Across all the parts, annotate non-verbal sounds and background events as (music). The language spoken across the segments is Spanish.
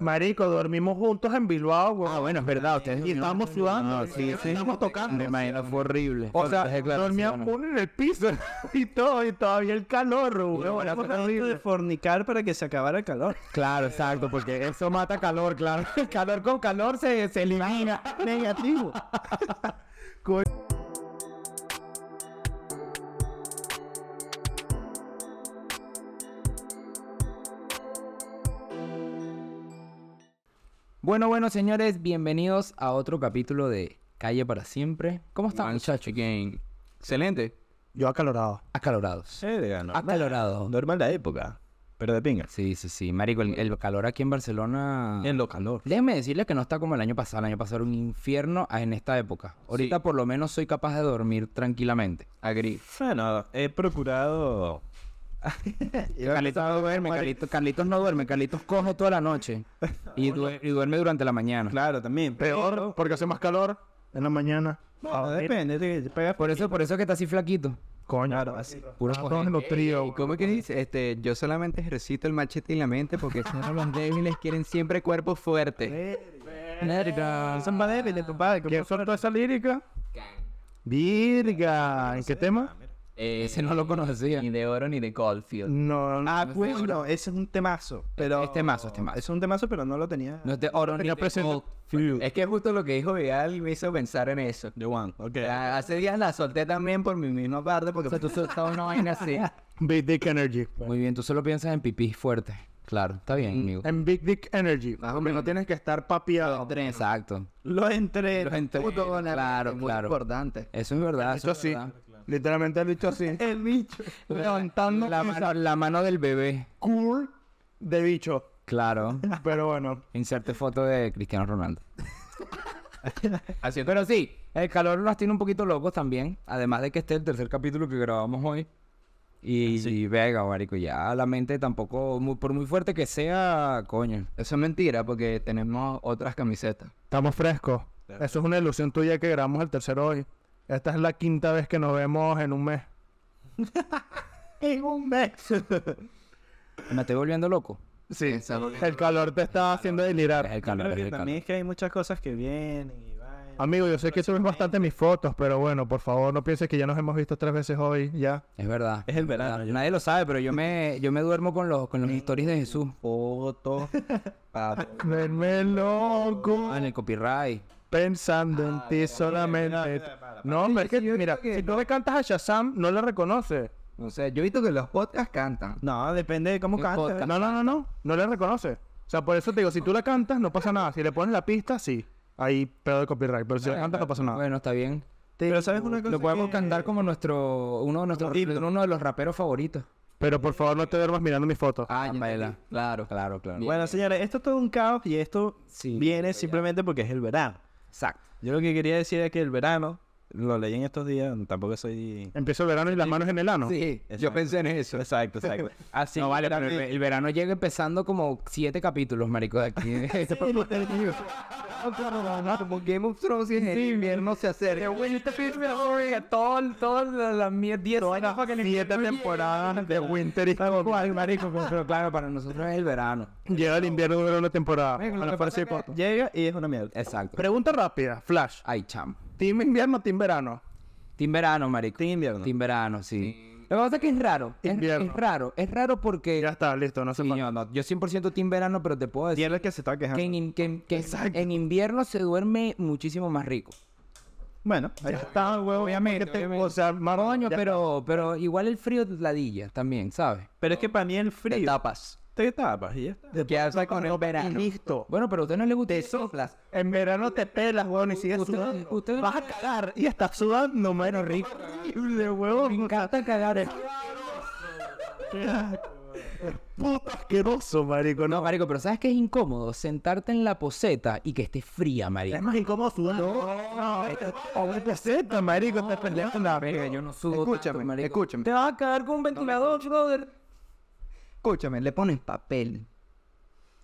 Marico, dormimos juntos en Bilbao, weón. Ah, bueno, es verdad, ustedes Y estábamos sudando, No, sí, y sí. estábamos tocando. Me imagino, fue horrible. O sea, Esas dormía declaraciones. uno en el piso (laughs) y todo, y todavía el calor, weón. Era fue de horrible. fornicar para que se acabara el calor. Claro, exacto, porque eso mata calor, claro. (laughs) El calor con calor se, se elimina. Negativo. (laughs) Bueno, bueno, señores, bienvenidos a otro capítulo de Calle para Siempre. ¿Cómo están, muchachos? Excelente. Yo acalorado. Acalorados. Acalorados. Normal la época. Pero de pinga. Sí, sí, sí. Marico, el, el calor aquí en Barcelona... En lo calor. Déjenme decirles que no está como el año pasado. El año pasado era un infierno a- en esta época. Ahorita por lo menos soy capaz de dormir tranquilamente. Agri. (laughs) Bueno, eh, he procurado. Carlitos no duerme, Carlitos, Carlitos no duerme. Carlitos coge toda la noche y, due- y duerme durante la mañana. Claro, también. Peor, porque hace más calor en la mañana. Bueno, depende. Te, te pegas Por eso, por eso que está así flaquito. Coño. Claro, así. Puro Todos en los tríos. weón. ¿Cómo que dice? Este, yo solamente ejercito el machete y la mente porque solo los débiles quieren siempre cuerpos fuertes. Son más débiles, compadre. ¿Quién soltó esa lírica? Virga. ¿En qué Ah, tema? Ese no lo conocía. Ni de oro ni de Goldfield. No, Este Ah, bueno, ese es un temazo. Pero... Este Es temazo, es temazo. Es un temazo, pero no lo tenía. No es de oro ni tenía de presente. gold. Es que justo lo que dijo Vidal me hizo pensar en eso. The One. Ok. Ah, Hace días la solté también por mi misma parte porque tú soltabas (laughs) una vaina así. Big Dick Energy. (laughs) Muy bien, tú solo piensas en pipí fuerte. Claro, está Mm, bien, amigo. En Big Dick Energy. Hombre, no tienes que estar papiado. Exacto. Los entre... Los enteros, claro, muy claro. importante. Eso es verdad. Eso Dicho es así. verdad. Literalmente el dicho así. El bicho. Levantando La, esa mano, la mano del bebé. cool de bicho. Claro. Pero bueno. Inserte foto de (laughs) Cristiano Ronaldo. Así es. Pero sí, el calor nos tiene un poquito locos también. Además de que este es el tercer capítulo que grabamos hoy. Y, y venga, marico, ya la mente tampoco, mu- por muy fuerte que sea, coño. Eso es mentira porque tenemos otras camisetas. Estamos frescos. Eso es una ilusión tuya que grabamos el tercero hoy. Esta es la quinta vez que nos vemos en un mes. En (laughs) un mes. Me estoy volviendo loco. Sí. Está volviendo El calor te está haciendo Es delirar. el calor, Creo es que el también calor. es que hay muchas cosas que vienen y van. Amigo, yo sé que subes bastante mis fotos, pero bueno, por favor, no pienses que ya nos hemos visto tres veces hoy, ya. Es verdad. Es el verano. Nadie nadie lo sabe, pero yo me, yo me duermo con los, con los Mm. stories de Jesús. (laughs) Foto. papi. Verme loco, Ah, en el copyright. pensando en ti solamente. No, hombre, es que, mira, si no le cantas a Shazam, no le reconoce. O sea, yo he visto que los podcasts cantan. No, depende de cómo cantes. No, no, no, no, no le reconoce. O sea, por eso te digo, si tú la cantas, no pasa nada. Si le pones la pista, sí. Ahí pedo de copyright, pero si la cantas, no pasa nada. Bueno, está bien. Pero sabes una cosa. Lo podemos que- cantar como nuestro, uno de nuestros, Himno. uno de los raperos favoritos. Pero por favor, no te duermas mirando mis fotos. Ah, ya baila. entendí. Claro. Claro, claro. Bien. Bueno, señores, esto es todo un caos y esto Sí, viene simplemente porque es el verano. Exacto. Yo lo que quería decir es que el verano, lo leí en estos días, tampoco soy. Empieza el verano y las manos en el ano. Sí, yo Exacto. pensé en eso. (laughs) (laughs) Exacto, exacto. Así no vale, pero también- el, el verano llega empezando como siete capítulos, marico, de aquí. (laughs) Este Como Game of Thrones y en el invierno se acerca. este todo, todo la, la mier- diez horas. Siete temporadas de Winter is Coming. marico, pero claro, para nosotros es el verano. Llega el invierno dura una temporada. Venga, lo A la que fuerza pasa de es que- fotos. Llega y es una mierda. Exacto. Pregunta rápida, Flash. Ay, chamo. ¿Team invierno o team verano? Team verano, marico. Team este invierno. Team verano, sí. Lo que pasa es que es raro. Es, Invierno. es raro. Es raro porque... Ya está, listo, no hace Sí, falta. yo, no, yo 100% team verano, pero te puedo decir Tierra que se está quejando. que, en, in- que en- que en- en invierno se duerme muchísimo más rico. Bueno, ahí está, huevo. Obviamente, o sea, más Coño, ya- pero, pero igual el frío ladilla también, ¿sabes? Pero es que para mí el Te frío. tapas. Te tapas y ya está. ¿Qué haces con el y verano? listo. Bueno, pero a usted no le gusta. Te soplas. En verano te pelas, huevón, y sigues Usted- sudando. usted- Vas a cagar y estás sudando, mano, rico. Horrible, Me huevón. encanta cagar. Puto asqueroso, marico. No, No, marico, pero ¿sabes qué es incómodo? Sentarte en la poseta y que esté fría, marico. es más incómodo sudar. No, no, este, o te aceptas, este marico, te peleas con la Verga, yo no sudo Escúchame, tanto, marico. escúchame. Te vas a cagar con un ventilador, brother. Escúchame, le pones papel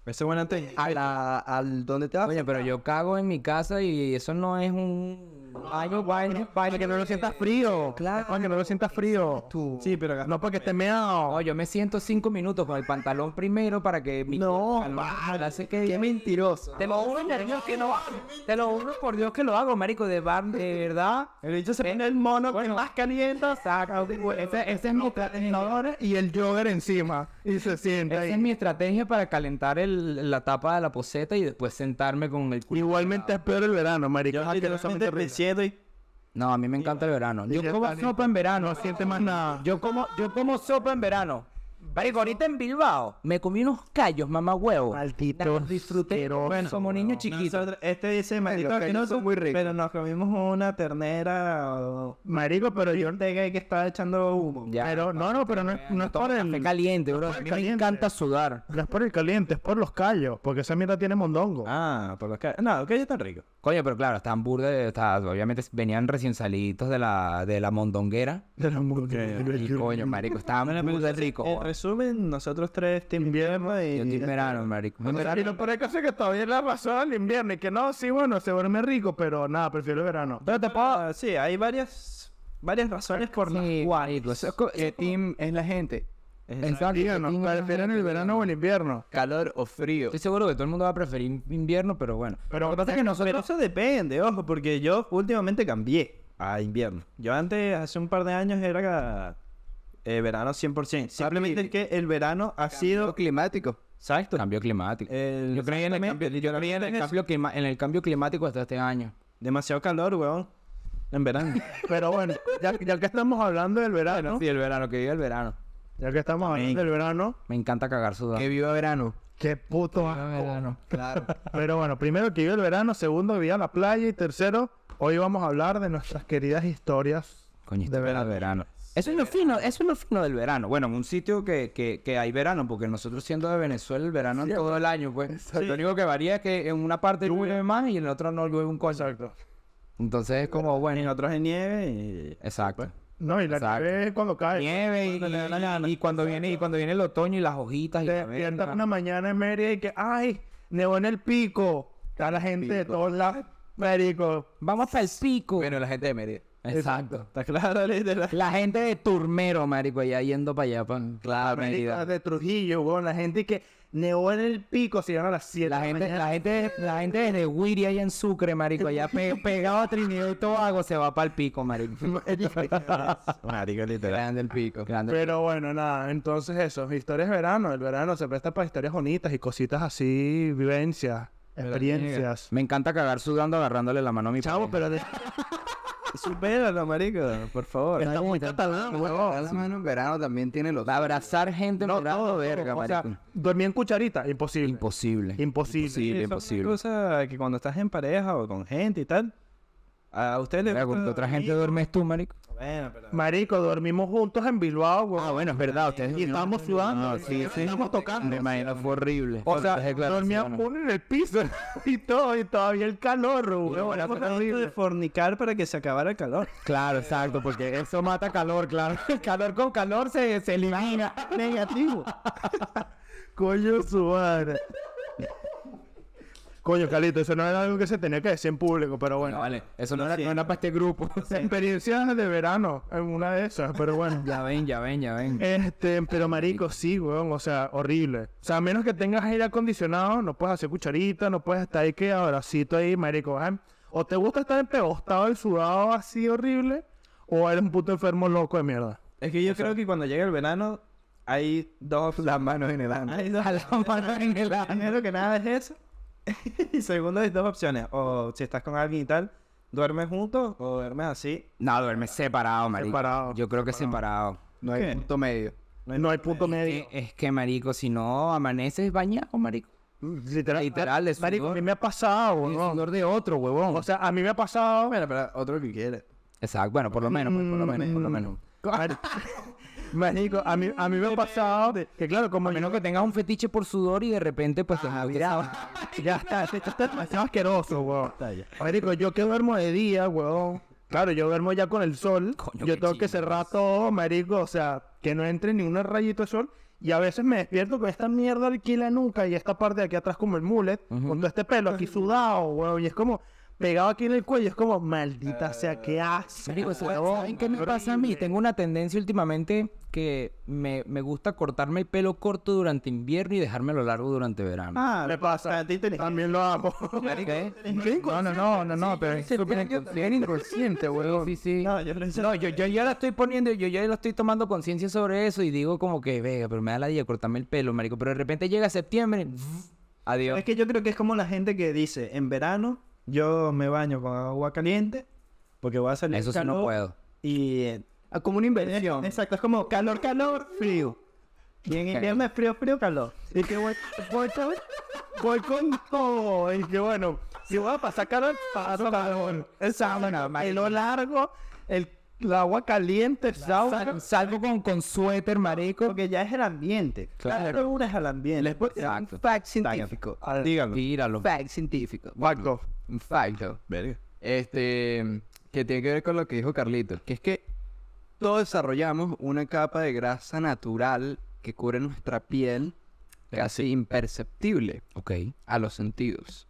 Ese buen antes. a la, al donde te vas. Oye, pero yo cago en mi casa y eso no es un... Baño, baño, baño. que no lo sientas frío. Claro. Para que no lo sientas frío. Tú. Sí, pero no porque esté meado. No, yo me siento cinco minutos con el pantalón primero para que mi No, pantalón vale. hace que Qué mentiroso. Te lo juro por Dios que no hago. Te lo juro por Dios que lo hago, marico, de bar, de verdad. El bicho se pone el mono que más calienta, saca. Ese, ese es mi calentador y el jogger encima. Y se sienta Esa ahí. es mi estrategia para calentar el- la tapa de la poseta y después sentarme con el culo. Igualmente es peor el verano, marico. Yo Es asquerosamente literalmente me horrible. siento y... No, a mí me encanta el verano. Yo Ya como está listo. sopa en verano. este No siente más nada. Yo como, yo como sopa en verano. Marico, ahorita en Bilbao me comí unos callos, mamá huevo. Maldito Los disfruté asqueroso, como niño chiquito. Nosotros- este dice los maldito callos que no son muy ricos. Pero nos comimos una ternera o- Marico, pero yo. Ortega y que estaba echando humo. Ya. Pero no, no, pero no, no es Tomo por café el. caliente, bro. A mí me caliente. encanta sudar. No es por el caliente, es por los callos. Porque esa mierda tiene mondongo. Ah, por los que... No, que ya están ricos. Coño, pero claro, estaban burdes, está- obviamente venían recién saliditos de la, de la mondonguera. De los mondongos. Y coño, marico, estaban burdes ricos. En resumen, nosotros tres, team invierno y... Yo estoy en verano, marico. En verano- Y lo peor de caso es que todavía la razón al invierno. Y que no, sí, bueno, se duerme rico, pero nada, prefiero el verano. Pero te puedo... Ah, sí, hay varias... Varias razones por las Sí, marico, eso es co- ¿Qué team es la gente? Exacto, Díganos, tengo una ¿prefieren el gente, verano o el invierno? ¿Calor o frío? Estoy seguro que todo el mundo va a preferir invierno, pero bueno. Pero- lo que pasa es que Pero nosotros... eso depende, ojo, porque yo últimamente cambié a invierno. Yo antes, hace un par de años, era eh, verano 100%. Simplemente es que el verano ha sido... climático. Exacto. Cambio climático. El- yo creí en el cambio, yo creí en el cambio, clima- en el cambio climático hasta este año. Demasiado calor, weón. En verano. (laughs) Pero bueno, ya, ya que estamos hablando del verano, Sí, el verano, que vive el verano. ya que estamos hablando del verano, Me encanta cagar sudando. Que viva verano. qué puto Ah, asco. verano. (laughs) Claro. Pero bueno, primero que vive el verano, segundo que vive la playa y tercero, hoy vamos a hablar de nuestras queridas historias. Coño, De de verano. verano. Eso es lo fino, eso es lo fino del verano. Bueno, en un sitio que, que, que hay verano, porque nosotros siendo de Venezuela, el verano es todo el año, pues. Lo único que varía es que en una parte llueve más y en la otra no llueve un coño. Exacto. Entonces es como, en bueno, otros es nieve y... exacto. No, y la Exacto. nieve es Pues, cuando cae. Nieve y, le da la gana. y- y cuando viene y cuando viene el otoño y las hojitas y Te la despiertas verga. una mañana en Mérida y que, ay, nevó en el pico. Está la gente de todos lados. Marico, Vamos para el pico. Bueno, la gente de Mérida. Exacto. ¿Está claro? (laughs) Ley de la- La gente de Turmero, marico, allá yendo para allá, para claro, Marico, de Trujillo, weón. La gente que nevó en el pico se llegaron a las 7. La gente, la gente, la gente desde Wiri allá en Sucre, marico, allá (laughs) pe- pegado a Trinidad y Tobago se va para el pico, marico. (laughs) Marico, literal. Grande el pico. Grande. Pero bueno, nada, entonces eso, historias de verano. El verano se presta para historias bonitas y cositas así, vivencias, experiencias. Me encanta cagar sudando agarrándole la mano a mi Chavo, pareja. pero (laughs) de... Supéralo, marico, por favor. está muy catalán, Dar huevón. la mano en verano también tiene los... Abrazar gente en No, verano, todo, verga, todo. O marico. sea, dormí en cucharita, imposible. imposible. Imposible. Imposible. Sí, imposible. cosa que cuando estás en pareja o con gente y tal, a ustedes les Verga, con gusta otra gente dormir. duermes tú, marico. Bueno, pero... Marico, dormimos juntos en Bilbao, huevón. Ah, bueno, es verdad, ustedes Y estábamos sudando. No, sí, sí. Estábamos Me tocando. imagino, fue horrible. O sea, Las declaraciones. dormíamos uno en el piso (laughs) y todo, y todavía el calor, huevón. Bueno, fue fue esto horrible. de fornicar para que se acabara el calor. Claro, exacto, porque eso mata calor, claro. (laughs) El calor con calor se, se elimina. Negativo. (laughs) Coño, su madre. Coño, Calito, eso no era algo que se tenía que decir en público, pero bueno. vale, eso no, Lo era, no siento. era para este grupo. Experiencias de verano, en una de esas, pero (laughs) bueno. (laughs) ya ven, ya ven, ya ven. Este, pero marico, sí, weón, o sea, horrible. O sea, a menos que tengas aire acondicionado, no puedes hacer cucharita, no puedes estar ahí que abracito ahí, marico. ¿eh? O te gusta estar empegostado el sudado así horrible, o eres un puto enfermo loco de mierda. Es que yo creo que cuando llega el verano hay dos (laughs) Las manos en el ano. hay dos A la mano en el ano. (laughs) Primero que nada es eso. (laughs) y segundo hay dos opciones. O si estás con alguien y tal, duermes juntos o duermes así. No, duerme separado, marico. Separado, Yo creo que separado. No hay ¿Qué? punto medio. No hay, no hay punto medio. Eh, Es que, marico, si no amaneces bañado, marico. Literal, literal, de marico, a sudor. mí me ha pasado, El weón. sudor de otro, huevón. O sea, a mí me ha pasado. Bueno, pero otro que quiere. Exacto, bueno, por lo menos, pues, por lo menos, por lo (laughs) menos. Mari- Marico, a mí, a mí me ha pasado que, claro, como A menos yo- ah, que tengas un fetiche por sudor y de repente, pues, te (laughs) mira, ya está, este está demasiado asqueroso, weón. Talla. Marico, yo que duermo de día, weón. Claro, yo duermo ya con el sol. Coño, yo qué tengo que chimbo. cerrar todo, marico. O sea, que no entre ni una rayito de sol. Y a veces me despierto con esta mierda alquila nunca y esta parte de aquí atrás como el mullet, con todo este pelo aquí sudado, weón. Y es como, pegado aquí en el cuello. Es como, maldita sea, qué asco. Marico, ¿sabes- huevón, ¿saben qué me pasa a mí? horrible". Tengo una tendencia últimamente que me, me gusta cortarme el pelo corto durante invierno y dejármelo largo durante verano. Ah, Me pasa. bastante inteligente. También lo hago. Ah, ¿eh? No, no, no, no, no, pero es súper inconsciente, inconsciente, weón. Sí, sí. No, yo lo hice. No, yo, yo ya la estoy poniendo, yo ya la estoy tomando conciencia sobre eso y digo como que, venga, pero me da la idea cortarme el pelo, marico. Pero de repente llega septiembre, (laughs) adiós. Es que yo creo que es como la gente que dice, en verano yo me baño con agua caliente porque voy a salir Eso sí calor no puedo. Y eh, Ah, Como una inversión. exacto, es como calor, calor, frío. Y en invierno es frío, frío, calor. Y que voy, voy, voy, voy con todo. Y que bueno, si voy a pasar calor, paso calor. El pelo largo, el, el agua caliente, el sauna. Sal- salgo con, con suéter, marico. Porque ya es el ambiente. Claro. La calor es el ambiente. Les puedo un Exacto. fact científico. Dígalo. Tíralo. Fact científico. Paco, Un facto. Verga. Este, que tiene que ver con lo que dijo Carlito, que es que todos desarrollamos una capa de grasa natural que cubre nuestra piel casi imperceptible Ok. a los sentidos,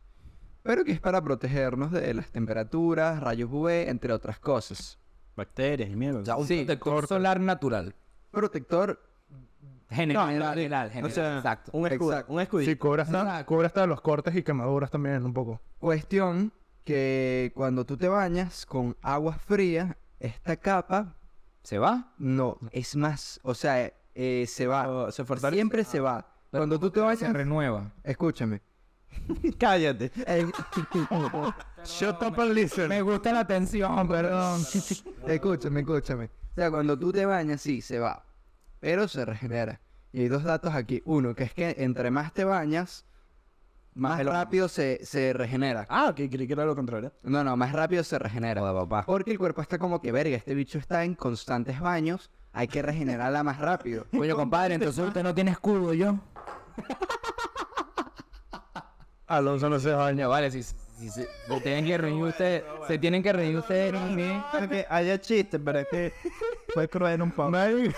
pero que es para protegernos de las temperaturas, rayos UV, entre otras cosas. Bacterias y mierda. O sea, un Sí, protector corto. solar natural. Protector, General, No, general, general. general, O sea, exacto. un escudo. Exacto. Un escudito. sí, cubre hasta, cubre hasta los cortes y quemaduras también un poco. cuestión que cuando tú te bañas con agua fría, esta capa ¿Se va? no, es más, o sea, eh, se va, O- se fortalece. Ah. siempre se va. Cuando tú te Se bañas, renueva. escúchame, (laughs) Cállate. Eh, (laughs) Shut up and listen. Me gusta la tensión, perdón. escúchame, escúchame. O sea, cuando tú te bañas, sí, se va. Pero se regenera. Y hay dos datos aquí. Uno, que es que entre más te bañas, más rápido se, se regenera. Ah, que creí que era lo contrario. No, no, más rápido se regenera. Joda, papá. Porque el cuerpo está como que, verga, este bicho está en constantes baños, hay que regenerarla más rápido. (laughs) Coño, compadre, entonces usted no tiene escudo, yo. (laughs) Alonso no se baña. Coño, vale, si, si se, se tienen que reír ustedes, se tienen que reír ustedes también. (laughs) Porque haya chistes, pero es que fue cruel un poco. Marico,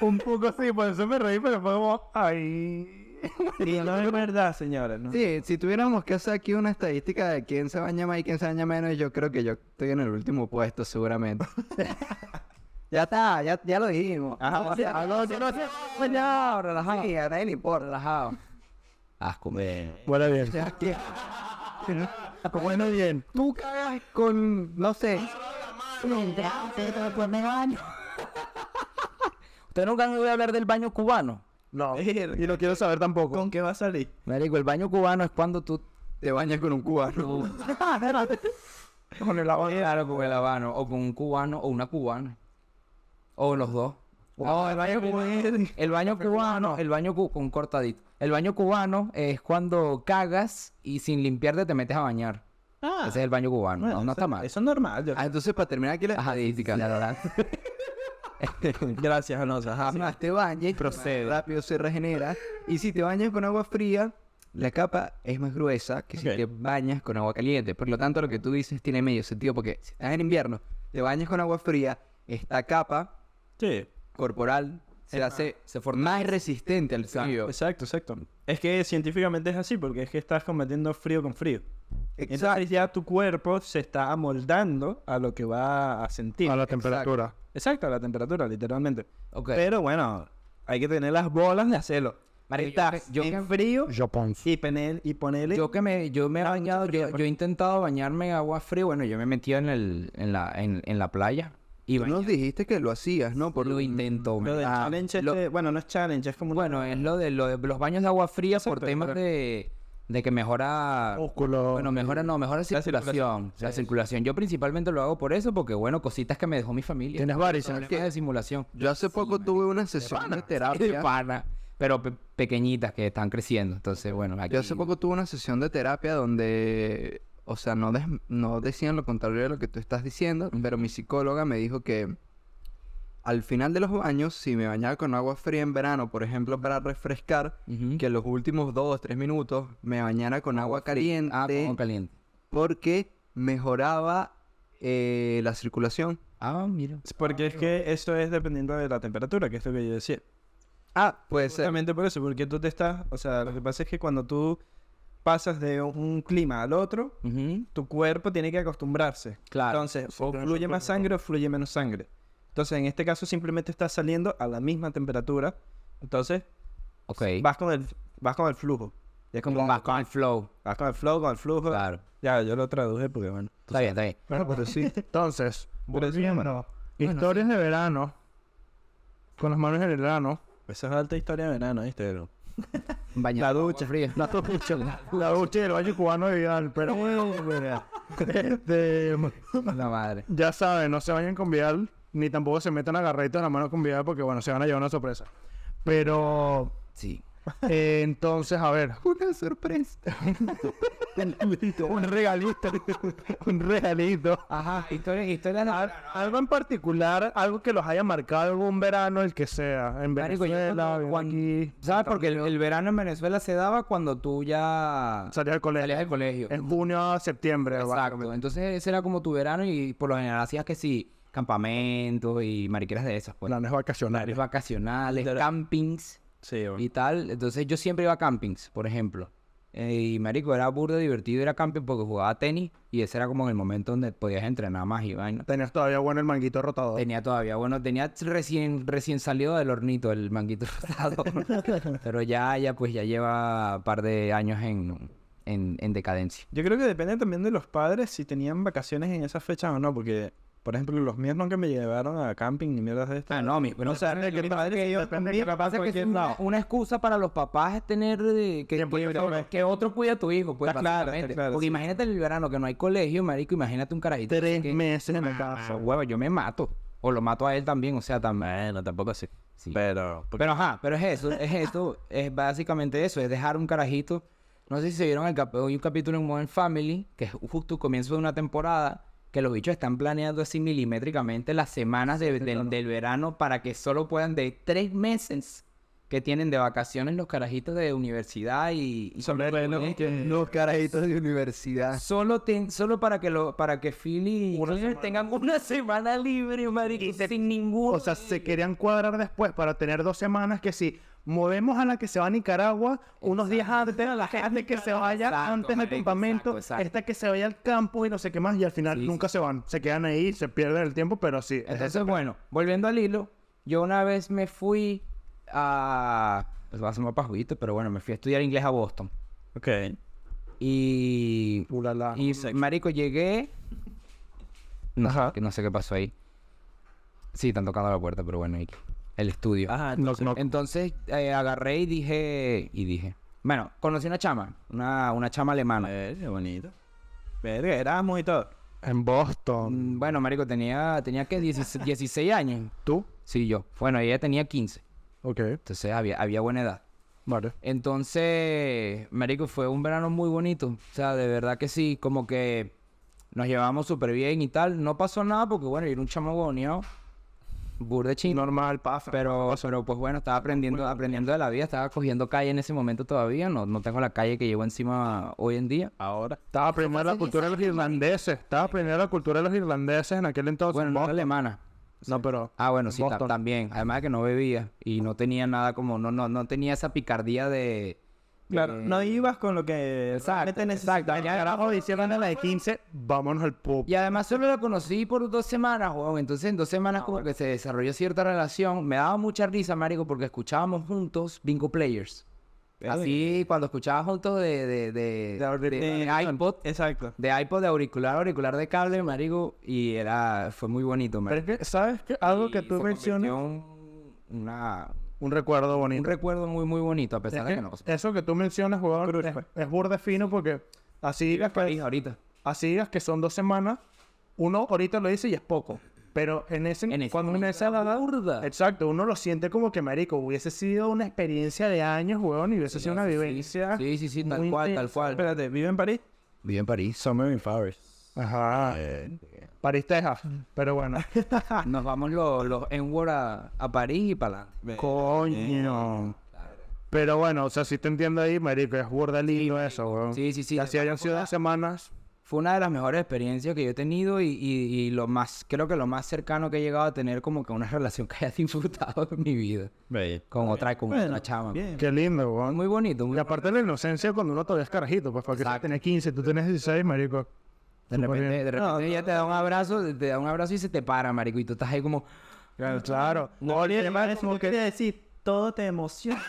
un poco así, por eso me reí, pero fue como, ay. Y (laughs) no es verdad, señores, ¿no? Sí, si tuviéramos que hacer aquí una estadística de quién se baña más y quién se baña menos, yo creo que yo estoy en el último puesto, (laughs) seguramente. ya está, ya, ya lo dijimos. Ajá, Alonso, no se baña, relajado. Sí, a nadie le importa, relajado. Asco, me. Bueno, O bien. sea, que Bueno, bien. tú cagas con, no sé, Usted nunca han oído hablar del baño cubano. No. Verga. Y no quiero saber tampoco. ¿Con qué va a salir? Marico, el baño cubano es cuando tú. te bañas con un cubano. tú- Ah, (laughs) Con el agua. claro, con el habano, o con un cubano, o una cubana. O los dos. No, el baño cubano. El baño cubano, el baño cu- con cortadito. El baño cubano es cuando cagas y sin limpiarte te metes a bañar. Ah, Ese es el baño cubano. bueno, no, eso- no está mal. Eso es normal. yo- Ah, entonces, para terminar aquí, la... Ajá, estadística. Gracias, Alonso. Ajá. más Ah, te bañes, Procede. más rápido se regenera. Y si te bañas con agua fría, la capa es más gruesa que Ok. si te bañas con agua caliente. Por lo tanto, lo que tú dices tiene medio sentido porque si estás en invierno, te bañas con agua fría, esta capa Sí. corporal se hace se más resistente al Pues, frío. Exacto, exacto. Es que científicamente es así, porque es que estás combatiendo frío con frío. Exacto. Entonces ya tu cuerpo se está amoldando a lo que va a sentir. A la temperatura. Exacto, a la temperatura, literalmente. Ok. Pero bueno, hay que tener las bolas de hacerlo. Marico, yo Estás que- yo en que- frío Yo pongo. y, penel, y ponerle... Yo que me, yo me he bañado, yo, yo he intentado bañarme en agua fría. Bueno, yo me he metido en, el, en, la, en, en la playa. Y Tú nos bañarme. dijiste que lo hacías, ¿no? Por lo intento. Lo de ah, challenge lo- este- Bueno, no es challenge, es como... un- bueno, es lo de, lo de los baños de agua fría por Exacto, temas claro. de, de que mejora... Músculo. Bueno, mejora no, mejora circulación. La circulación. Yo principalmente lo hago por eso porque, bueno, cositas que me dejó mi familia. Tienes varices, Problemas de simulación. Yo hace poco tuve una sesión (laughs) de, De terapia. (laughs) pana. Pero pe- pequeñitas que están creciendo. Entonces, bueno, aquí... Yo hace poco tuve una sesión de terapia donde, o sea, no, des- no decían lo contrario de lo que tú estás diciendo, pero mi psicóloga me dijo que al final de los baños, si me bañaba con agua fría en verano, por ejemplo, para refrescar, Ujú. que los últimos dos, tres minutos me bañara con agua caliente, Ah, como caliente. porque mejoraba eh, la circulación. Ah, mira. Porque es que eso es dependiendo de la temperatura, que es lo que yo decía. Ah, puede ser. Exactamente por eso, porque tú te estás, o sea, lo que pasa es que cuando tú pasas de un- un clima al otro, Ujú. tu cuerpo tiene que acostumbrarse. Claro. Entonces, o fluye más sangre o fluye menos sangre. Entonces, en este caso simplemente estás saliendo a la misma temperatura. Entonces, Ok. vas con el vas con el flujo. Y es como Vas con el flow. vas con el flow, con el flujo. Claro. Ya, yo lo traduje porque bueno. tú Está bien, está bien. Bueno, pero sí. Entonces, Pero eso volviendo, historias de verano. Con las manos en el verano. sabes. Esa es alta historia de verano, ¿viste? bro? Bañado. La con agua ducha. fría. La ducha, la ducha y el baño cubano de Vidal, pero bueno, (laughs) este, La madre. ya saben, no se bañen con Vidal, ni tampoco se metan agarraditos la mano con Vidal, porque bueno, se van a llevar una sorpresa. (laughs) Pero, Sí. eh, entonces, a ver, (laughs) Una sorpresa. un regalito, un regalito. Ajá. Historia, historia de Al- algo en particular, algo que los haya marcado algún verano, el que sea, en Marico, yo Venezuela, cuando- bien cuando- aquí, ¿Sabes? Porque el, el verano en Venezuela se daba cuando tú ya salía del colegio. salías del colegio. En junio a septiembre, Exacto. básicamente. Entonces ese era como tu verano y por lo general hacías que sí, campamentos y mariqueras de esas, pues. planes Planes vacacionales. vacacionales, Literal. campings Sí, bro. y tal. Entonces yo siempre iba a campings, por ejemplo. Eh, y marico, era burdo divertido ir a camping porque jugaba tenis y ese era como el momento donde podías entrenar más y vaina. Tenías todavía bueno el manguito rotador. Tenía todavía, bueno, tenía recién, recién salido del hornito el manguito (laughs) rosado. Pero ya, ya, pues ya lleva un par de años en, en, en decadencia. Yo creo que depende también de los padres si tenían vacaciones en esas fechas o no, porque por ejemplo, los míos nunca me llevaron a camping ni mierdas de estas. Ah, no, mi, pero, o sea, Depende de lo qué que pasa padres es que yo- depende de lo qué que pasa es que cualquier es una, lado. una excusa para los papás es tener eh, que, Tiempo que- libre, que- pues. que otro cuida a tu hijo, pues, Está claro, está básicamente. claro, Porque sí. imagínate el verano que no hay colegio, marico, imagínate un carajito. Tres que- meses en la Ah, casa. huevo, yo me mato. O lo mato a él también, o sea, también. Bueno, tampoco así. Sí. Pero, porque- Pero ajá, pero es eso, es esto, es básicamente eso, es dejar un carajito. No sé si se vieron el cap- hoy un capítulo en Modern Family, que es justo el comienzo de una temporada, que los bichos están planeando así milimétricamente las semanas de- del- del verano para que solo puedan de tres meses que tienen de vacaciones los carajitos de universidad y... y- Son reloj ¿eh? que- Los carajitos de universidad. Solo, ten- solo para que lo, para que Philly y Claire tengan una semana libre, marico, sin ningún... O sea, se querían cuadrar después para tener dos semanas que si movemos a la que se va a Nicaragua, unos días antes, (laughs) a la gente que se vaya Exacto, antes del marico, campamento, exacto, exacto. esta que se vaya al campo y no sé qué más, y al final Sí, nunca se van. Se quedan ahí, se pierden el tiempo, pero sí. es Entonces, bueno, volviendo al hilo, yo una vez me fui a. Pues va a ser más pajudito, pero bueno, me fui a estudiar inglés a Boston. Ok. Y. Ulala. Y marico, llegué. No, sé Ajá. qué- no sé qué pasó ahí. Sí, están tocando la puerta, pero bueno, ahí. El estudio. Ajá, Knock, knock. Entonces eh, agarré y dije. Y dije. Bueno, conocí una chama, una, una chama alemana. Verga, bonito. Verga, Erasmus y todo. En Boston. Mm, Bueno, marico, tenía, tenía que 16, 16 años. ¿Tú? Sí, yo. Bueno, ella tenía 15. Ok, Entonces había, había buena edad. vale. Entonces, marico, fue un verano muy bonito. O sea, de verdad que sí, como que nos llevamos súper bien y tal. No pasó nada porque, bueno, yo era un chamo boneado, burde chino. Normal, pasa. pero, pero, pues bueno, estaba aprendiendo, aprendiendo de la vida, estaba cogiendo calle en ese momento todavía. No, no tengo la calle que llevo encima hoy en día. Ahora. Estaba aprendiendo la cultura de los irlandeses. Estaba aprendiendo la cultura de los irlandeses en aquel entonces. Bueno, en no era Boston. alemana. no, pero. Ah, bueno, sí, ta- Boston. también. Además de que no bebía y no tenía nada como, no, no, no tenía esa picardía de... Claro, no ibas con lo que Exacto, realmente exacto. necesitabas. Carajo, diciéndole a la de 15, vámonos al pub. Y además solo la conocí por dos semanas, weón. Entonces en dos Ah, semanas como que se desarrolló cierta relación. Me daba mucha risa, marico, porque escuchábamos juntos Bingo Players. Ah, Así, cuando escuchábamos juntos de... De, de, De aur- de- de- de iPod. Exacto. De iPod, de auricular, auricular de cable, marico. Y era... Fue muy bonito, Pero marico. es que, ¿sabes qué? Algo que Y tú se mencionas. convirtió en una- Un recuerdo bonito. un recuerdo muy, muy bonito, a pesar de que no... Eso que tú mencionas, jugador, Cruz, es, pues. es burda fino porque así digas, que, París ahorita. así digas que son dos semanas, uno ahorita lo dice y es poco. Pero en ese, En ese cuando en momento esa era edad, burda. exacto, uno lo siente como que marico, hubiese sido una experiencia de años, weón, y hubiese sido una sí, sí. vivencia. Sí, sí, sí, tal muy cual, tal intensa. cual. Espérate, ¿vive en París? Vive en París. Summer in Paris. Ajá. Eh, París, Texas. Pero bueno. (laughs) (laughs) Nos vamos los, los N-Word a, a París y para adelante. Coño. Pero bueno, o sea, si te entiendo ahí, marico, es burda lindo eso, weón. Sí, sí, sí. Y así hayan sido dos semanas. fue una de las mejores experiencias que yo he tenido y, y- y lo más, creo que lo más cercano que he llegado a tener como que una (laughs) relación que haya disfrutado en mi vida. Con otra, con Bueno, otra chama. bien. Qué lindo, weón. Muy bonito. Muy Y aparte la inocencia cuando uno todavía es carajito, pues porque tú Exacto. tenés 15, tú tenés 16, marico. De Súper repente, bien. de repente ella te da un abrazo, te- te da un abrazo y se te para, marico. Y tú estás ahí como... Claro. No, el tema es eso como no quería decir, todo te emociona.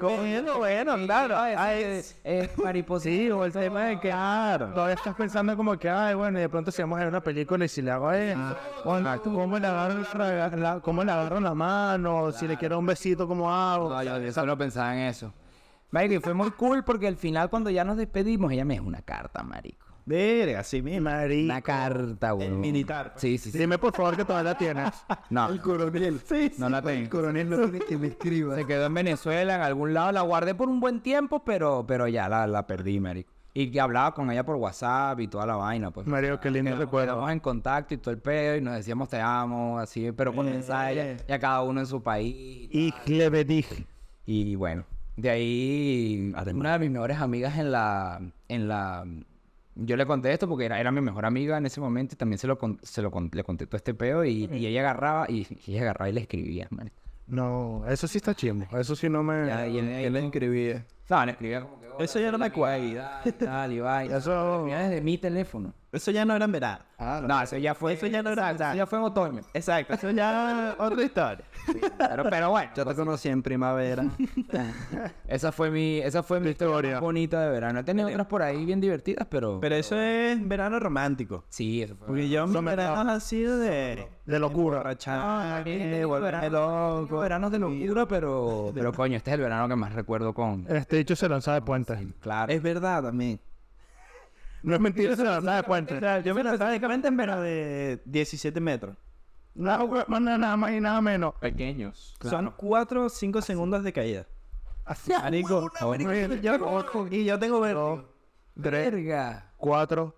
Comiendo, bueno, claro. "Ah, Ay, es- Eh, mariposa. ah, Sí, o el tema de que Claro. todavía estás pensando como que, ay, bueno, y de pronto si vamos a ver una película y si le hago esto, Ah, o no, ¿cómo, le agarro la, la- cómo le agarro la mano, si le quiero un besito, ¿cómo hago? No, yo, yo solo pensaba en eso. Marico, y fue muy cool porque al final cuando ya nos despedimos, ella me dejó una carta, marico. Verga, así mismo. Marico. Una carta, güey. militar, pues. Sí, sí, sí. Dime por favor que todavía (laughs) la tienes. No, coronel. Sí, no la tengo. coronel no tiene que me escriba. Se quedó en Venezuela, en algún lado. La guardé por un buen tiempo, pero, pero ya la, la perdí, marico. Y que hablaba con ella por WhatsApp y toda la vaina, pues. Marico, qué lindo recuerdo. Quedamos en contacto y todo el pedo y nos decíamos te amo, así, pero Eh. con mensajes, ya cada uno en su país. Y Clevedij. Y bueno, de ahí una de mis mejores amigas en la, en la, yo le conté esto porque era, era mi mejor amiga en ese momento y también se lo, con- se lo con- le conté todo este peo y, y ella agarraba y, y ella agarraba y le escribía, man. No, eso sí está chimbo. Eso sí no me... Ya, y él- ¿Qué le escribía? no, le escribía como que... Eso ya no me acuerdo. Y tal, y vaina. Eso- Escribía desde mi teléfono. Eso ya no era en verano. Ah, no. No, eso ya fue... Eso ya no era- Exacto, Eso ya fue en otoño. Exacto, eso ya (laughs) otra historia. Pero, pero bueno. Yo pues te conocí en primavera. (laughs) Esa fue mi, esa fue mi historia más bonita de verano. He tenido otras por ahí bien divertidas, pero... Pero eso es verano romántico. Sí, eso fue. Porque yo mis veranos han sido de... De locura. Borrachar, eh, volverme verano- loco. Veranos de locura, pero... Pero coño, este es el verano que más recuerdo con... Este dicho se lanza de puentes. Claro. Es verdad también. No es mentira, se lanza de O puentes. (laughs) sea, yo me lanzaba directamente en verano de 17 metros. No, güey, manda nada más y nada menos. Pequeños. Son 4 o 5 segundos de (laughs) caída. Así, Marico, yo- y yo tengo vértigo. Tres, Verga. cuatro.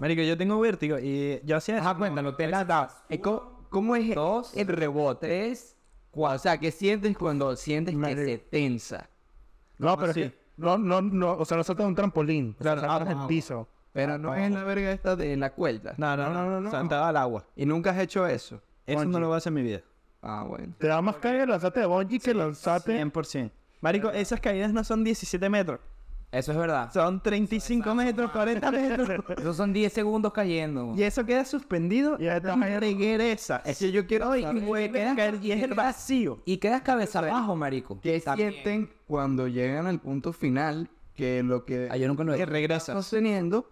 Marico, yo tengo vértigo y yo hacía eso. Ajá, Ah, cuéntalo, te la das. ¿Cómo, cómo es Dos, el rebote? tres, O sea, ¿qué sientes cuando sientes que se tensa? No, pero así? es que... No, no, no. O sea, no saltas de un trampolín. Claro. Ah, Saltas del piso. Pero no es la verga esta de la cuerda. No, no, no, no, no. Saltaba al agua. Y nunca has hecho eso. Eso no lo voy a hacer en mi vida. Ah, bueno. Te da más calle lanzarte de bungee que lanzarte 100%. Marico, esas caídas no son 17 metros. Eso es verdad. Son 35 metros, 40 (laughs) metros. Esos son 10 segundos cayendo. Y eso queda suspendido y Ya está. regresa. Es que yo oh. quiero saber. vuelve caer y es el vacío. Y quedas cabeza abajo, marico. ¿Qué También. sienten cuando llegan al punto final? Que lo que Ah, yo nunca lo he que hecho. regresas sosteniendo,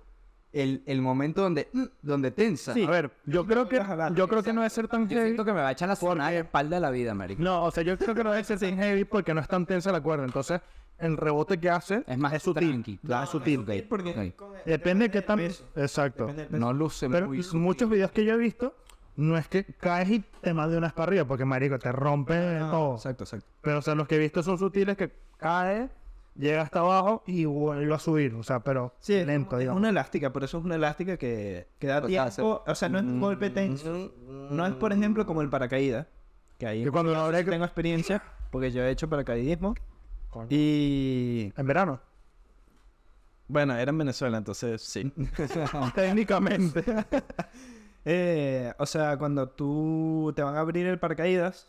el, el momento donde, mm, donde tensa. A ver, yo creo que yo creo que no debe ser tan Ah, Yo heavy. siento que me va a echar la zona de la espalda de la vida, marico. No, o sea, yo creo que no debe ser tan heavy porque no es tan tensa la cuerda. Entonces, el rebote que hace Es más sutil. tranqui. Claro, es sutil. Ok, ok. Depende de qué tan exacto. No luce Pero muy muchos videos que yo he visto no es que caes y te más de una para arriba porque marico te rompe todo. Exacto, exacto. Pero o sea, los que he visto son sutiles que cae, llega hasta abajo y vuelve a subir, o sea, pero Sí, es lento, como- es digamos. una elástica, por eso es una elástica que, que da O sea, se- tiempo. O sea, no es un golpe tenso. No es, por ejemplo, como el paracaídas. Que ahí Que cuando lo abres tengo experiencia, porque yo he hecho paracaidismo. Y en verano, bueno, era en Venezuela, entonces sí. técnicamente. (laughs) Eh, o sea, cuando tú te van a abrir el paracaídas,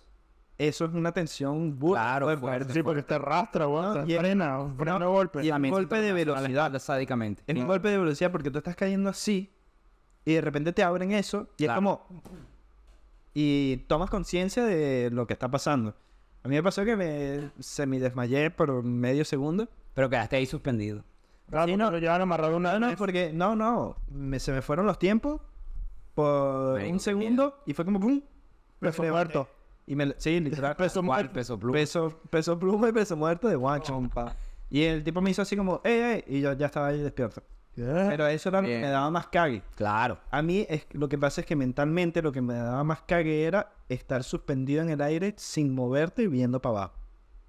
eso es una tensión bu- pues, Claro, fuerte. fuerte. Sí, porque te arrastra, weón. No, te y- frena, un freno de golpe. Y es un También golpe siento de que me va a echar la velocidad. espalda Sádicamente. Es un golpe de velocidad porque tú estás cayendo así y de repente te abren eso y Claro. es como... Y tomas conciencia de lo que está pasando. A mí me pasó que me semi desmayé por medio segundo. Pero quedaste ahí suspendido. Claro, Sí, no, lo llevan amarrado una No, no, vez. porque... No, no. me- se me fueron los tiempos por Marico, un segundo y fue como... ¡Pum! Peso Creo- muerto. Y me... Sí, literal. (laughs) Peso ¿Cuál muerto. peso pluma? Peso, peso pluma y peso muerto de guacho. Y el tipo me hizo así como, ¡eh, eh! Y yo ya estaba ahí despierto. Yeah. Pero eso era lo que me Bien. daba más cague. Claro. A mí es, lo que pasa es que mentalmente lo que me daba más cague era estar suspendido en el aire sin moverte y viendo para abajo.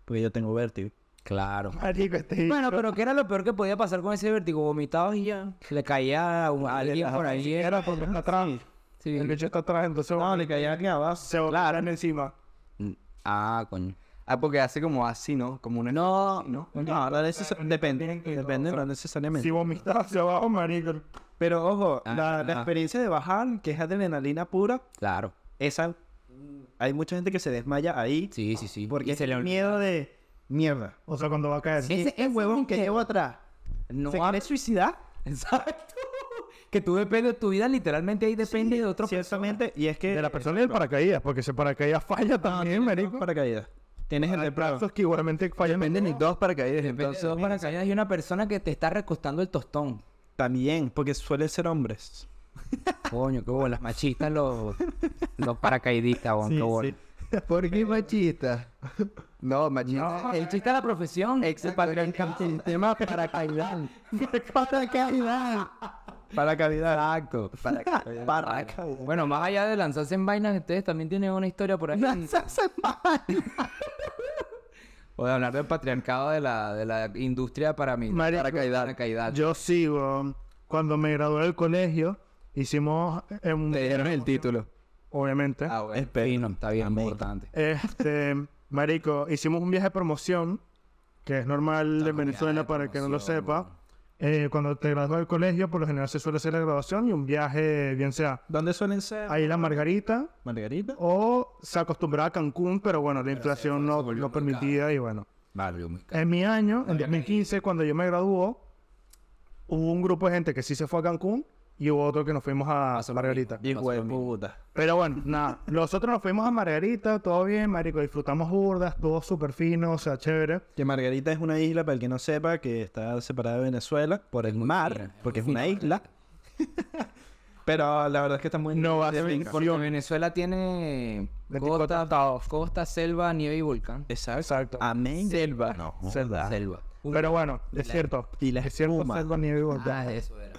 Porque yo tengo vértigo. Claro. Marico, este Bueno, pero ¿qué era lo peor que podía pasar con ese vértigo? Vomitados y ya. Le caía a un- a alguien por ahí. Era porque está atrás. Sí. El bicho está atrás, entonces No, bueno, le caía aquí abajo. se claro. encima. Mm, Ah, coño. Ah, porque hace como así, ¿no? Como una... No, no. no, no, neces- depende. Depende, no necesariamente. Si vomitas hacia abajo, marico. Pero ojo, la, ah. la experiencia de bajar, que es adrenalina pura, Claro. esa. Hay mucha gente que se desmaya ahí. Sí, sí, sí. Porque Y se le el olvida. miedo de mierda. O sea, cuando va a caer. Sí. Ese- Ese ese es huevón que miedo. llevo atrás. No ¿Se ha- quiere suicidar? (laughs) Exacto. Que tú dependes, tu vida literalmente ahí depende de otro. Ciertamente, y es que. De la persona y del paracaídas, porque si el paracaídas Ah, falla también, marico. paracaídas. Tienes el Hay de Prado. brazos que igualmente fallan. Depende ni dos paracaídas. Entonces, Entonces, dos paracaídas y una persona que te está recostando el tostón. También, porque suelen ser hombres. Coño, qué bolas. Machistas los, los paracaidistas, bon, Sí, qué bolas. sí. ¿por qué machista? No, machista. El chiste de la profesión. Exacto, el tema paracaidal. paracaidal. Paracaidal. Exacto. Paracaidal. Paracaidal. Bueno, más allá de lanzarse en vainas, ustedes también tienen una historia por ahí. (laughs) O de hablar del patriarcado de la, de la industria para mí. Marico, Paracaidal. Paracaidal. Yo sí, weón. Cuando me gradué del colegio, hicimos. eh, un- Te dieron el título. Obviamente. Ah, bueno. Sí, no, está bien, importante. (laughs) Este, marico, hicimos un viaje de promoción, que es Está normal con en viaje Venezuela de para el que no lo promoción, sepa. weón. Eh, cuando te gradúas del colegio, por lo general se suele hacer la graduación y un viaje, bien sea (laughs) ¿Dónde suelen ser? a Isla Margarita Margarita. o se acostumbraba a Cancún, pero bueno, la inflación no, volvió no muy permitía y bueno. Barrio muy caro. En mi año, en 2015, cuando yo me graduó, hubo un grupo de gente que sí se fue a Cancún y hubo otro que nos fuimos a Pasó lo Margarita. mismo. Y Pasó lo huevo, mismo. puta. Pero bueno, nada, nosotros nos fuimos a Margarita, todo bien, marico, disfrutamos burdas, todo súper fino, o sea, chévere. Que Margarita es una isla, para el que no sepa, que está separada de Venezuela por el mar, fina, es porque es muy una fina. isla. Pero la verdad es que está muy... No va a de ser brinco. Porque Venezuela tiene 24 costa, costa, selva, nieve y volcán. Exacto. Exacto. Amén. Selva. Selva. Selva. Pero bueno, es cierto. y la es cierto, espuma. Ah. selva, nieve y volcán. Ah, eso era.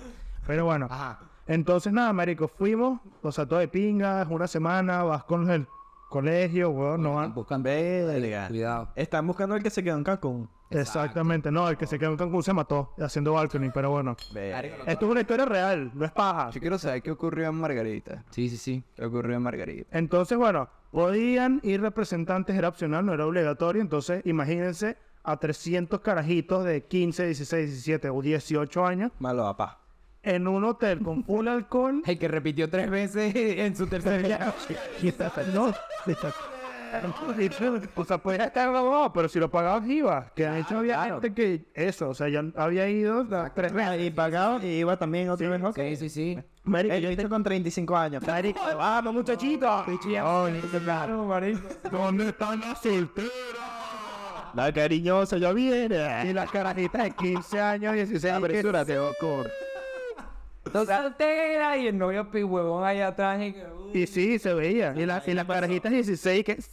Pero bueno, Ajá. entonces nada, marico, fuimos, o sea, todo de pingas, una semana, vas con el colegio, weón, no van. Buscando. Verga. Cuidado. Están buscando el que se quedó en Cancún. Exactamente, no, el que se quedó en Cancún se mató haciendo balcony, pero bueno. Verga. Esto es una historia real, no es paja. Yo quiero saber qué ocurrió en Margarita. Sí, sí, sí. ¿Qué ocurrió en Margarita? Entonces, bueno, podían ir representantes, era opcional, no era obligatorio. Entonces, imagínense a 300 carajitos de 15, 16, 17 o 18 años Malo papá. en un hotel con (laughs) full alcohol. El que repitió tres veces (laughs) en su tercer viaje. no, o sea, pues, podía estar grabado, pero si lo pagabas ibas. Que de hecho había claro. gente que eso, o sea, ya había ido las tres veces. Y pagado y iba también otra vez. ok. Sí, sí, sí. Marico, Eh, yo yo- estoy con 35 años. vamos muchachito. ¿Dónde están las solteras? La cariñosa ya viene. Y las carajitas de 15 años, 16 años. que- Apresúrate, Ocor. Dos solteras y el novio pi huevón allá atrás. Y, que, uh, Y sí, se veía. Y, la- y las carajitas 16 que sí.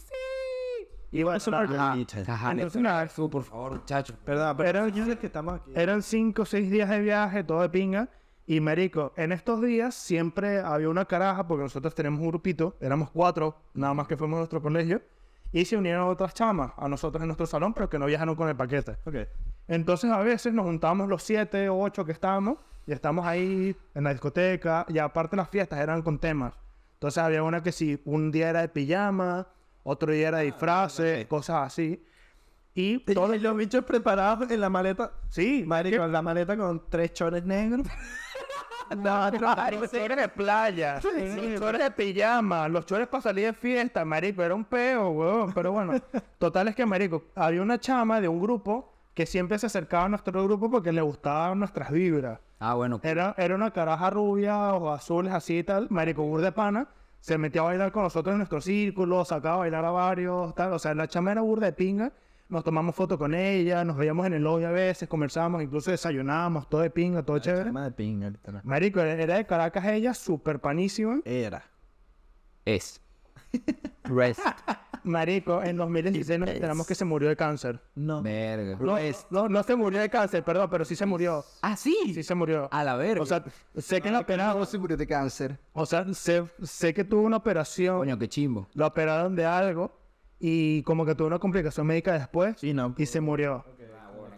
Y bueno, ajá. Ajá, Entonces, Néstor, nada, tú, por favor, muchacho. Perdón, pero yo sé que estamos aquí. eran 5 o 6 días de viaje, todo de pinga. Y marico, en estos días siempre había una caraja, porque nosotros tenemos un grupito, éramos cuatro, nada más que fuimos a nuestro colegio. Y se unieron otras chamas a nosotros en nuestro salón, pero que no viajaron con el paquete. Ok. Entonces a veces nos juntábamos los siete o ocho que estábamos y estábamos ahí en la discoteca y aparte las fiestas eran con temas. Entonces había una que si un día era de pijama, otro día Ah, era de disfraces, cosas así. Y todos Todos los bichos preparados en la maleta. sí, Marico, la maleta con tres chores negros. (laughs) no, Marico, chores de playa, chores de pijama, los chores para salir de fiesta, marico, era un peo, weón. Pero bueno, total es que, marico, había una chama de un grupo que siempre se acercaba a nuestro grupo porque le gustaban nuestras vibras. Ah, bueno. Era, era una caraja rubia, o azules, así y tal, marico burda de pana. Se metía a bailar con nosotros en nuestro círculo, sacaba a bailar a varios, tal. O sea, la chama era burda de pinga. Nos tomamos fotos con ella, nos veíamos en el lobby a veces, conversábamos, incluso desayunábamos, todo de pinga, todo chévere. Chama de pinga ahorita, no. Marico, era- era de Caracas ella, súper panísima. Era. Es. Rest. Marico, en 2016 nos enteramos que se murió de cáncer. No. Verga. No, no, no se murió de cáncer, perdón, pero sí se murió. Ah, sí. Sí se murió. A la verga. O sea, sé que la operaron, se murió de cáncer? o sea, sé, sé que tuvo una operación. Coño, qué chimbo. lo operaron de algo y como que tuvo una complicación médica después Sí, no. y se murió.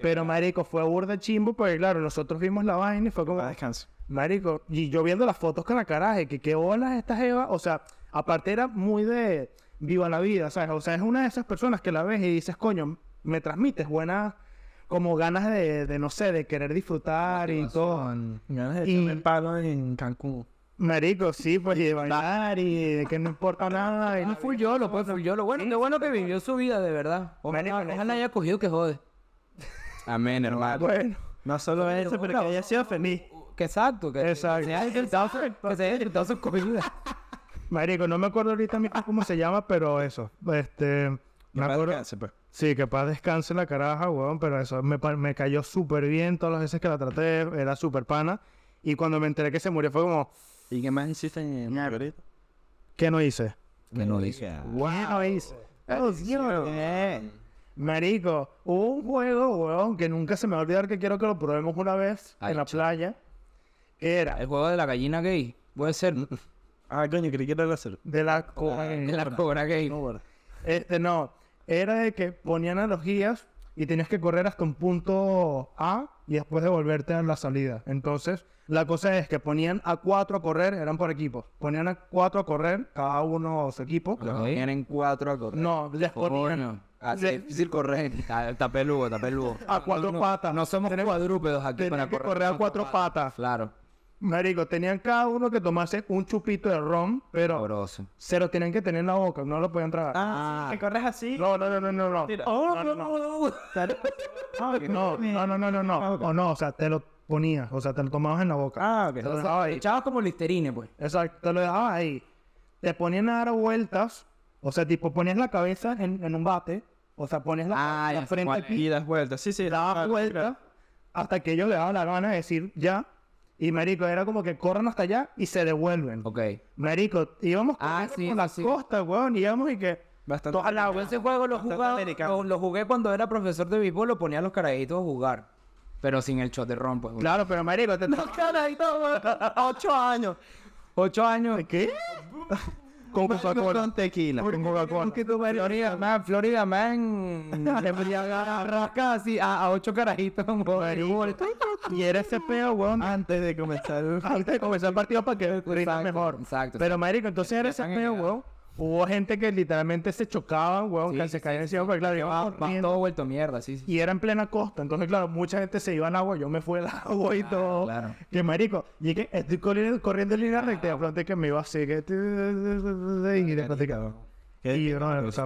Pero marico, fue burda chimbo porque claro, nosotros vimos la vaina y fue como, Va, descanso. marico, y yo viendo las fotos con la caraje, que qué bolas esta jeva, o sea, aparte era muy de, viva la vida, ¿sabes? O sea, es una de esas personas que la ves y dices, coño, me transmites buenas, como ganas de, de, no sé, de querer disfrutar y todo. Ganas de Y- echarme palo en Cancún. Marico, sí, pues, y de bailar y de que no importa nada. Y No fui yo, lo pues fui yo. Lo bueno, qué bueno que vivió su vida, de verdad. Ojalá, Marico, no ojalá haya cogido que jode. Amén, hermano. Bueno, No solo eso, pero que haya sido feliz. Que exacto, que, Exacto. que se haya disfrutado su- que se haya disfrutado su comida. marico, no me acuerdo ahorita mismo cómo se llama, pero eso, este... Me acuerdo, pues. sí, que paz descanse la caraja, weón, pero eso, me, pa- me cayó súper bien todas las veces que la traté, era súper pana. Y cuando me enteré que se murió fue como, ¿Y qué más hiciste en Margarita? ¿qué no hice? Que no hizo. ¿Qué no hice? Oh, Dios. Marico, hubo un juego, weón, que nunca se me va a olvidar que quiero que lo probemos una vez Ay, en la chamo. playa. Era El juego de la gallina gay. Puede ser. Ah, coño, creí que era la cerveza. de la co- De la mm. Ah, cobra gay. Este no. Era de que ponían a los guías y tenías que correr hasta un punto A y después devolverte a la salida. Entonces, la cosa es que ponían a cuatro a correr, eran por equipos. Ponían a cuatro a correr, cada uno su equipo. Ok. Tienen cuatro a correr. No, les ponían Coño. Así es difícil correr. Está, está peludo, está peludo. a cuatro patas. No somos cuadrúpedos aquí tenían para que correr. correr a cuatro patas. Claro. Marico, tenían cada uno que tomarse un chupito de ron, pero Sabroso. se lo tenían que tener en la boca, no lo podían tragar. Ah, que corres así. No, no, no, no, no, no. No, no, no. (laughs) Ah, (laughs) No, no, no, no, no, Ah, no. O no, o sea, te lo ponías, o sea, te lo tomabas en la boca. Ah, ok. te lo dejabas ahí. Echabas como listerine, pues. Exacto, te lo dejabas ahí. Te ponían a dar vueltas, o sea, tipo, ponías la cabeza en, en un bate, o sea, ponías la, Ah, ya la sé frente cuál aquí, Y das vueltas. Sí, sí. dabas vueltas, hasta que ellos le daban la gana de decir ya. Y marico, era como que corran hasta allá y se devuelven. Ok. Marico, íbamos Ah, corriendo sí, por la sí. costa, weón, y íbamos y que... Bastante. toda la- Yo ese juego lo, Bastante jugaba- americano. lo, lo jugué cuando era profesor de béisbol, lo ponía a los carajitos a jugar. Pero sin el shot de ron, pues. Claro, pero marico, te... Ocho años. Ocho años. ¿Qué? (laughs) Con Coca-Cola. Con tequila. Con Coca-Cola. (laughs) Florida Man, Florida Man. Le podía agarrar casi a, a ocho carajitos. un juego de béisbol. Y era ese peo, weón. Antes de comenzar. Antes de comenzar el partido para que rinda Exacto, mejor. exacto. Pero, marico, entonces era ese están peo, en edad. weón. Hubo gente que literalmente se chocaban, weón, Sí, que se sí, caían encima, porque claro, iban Vas corriendo. todo vuelto mierda, sí, sí. Y era en plena costa, entonces, claro, mucha gente se iba al agua, yo me fui al (laughs) agua y todo. claro. Que marico, y es que estoy corriendo, corriendo en línea recta, y de pronto es que me iba así, que... Y de pronto es que... Y, bro, o sea,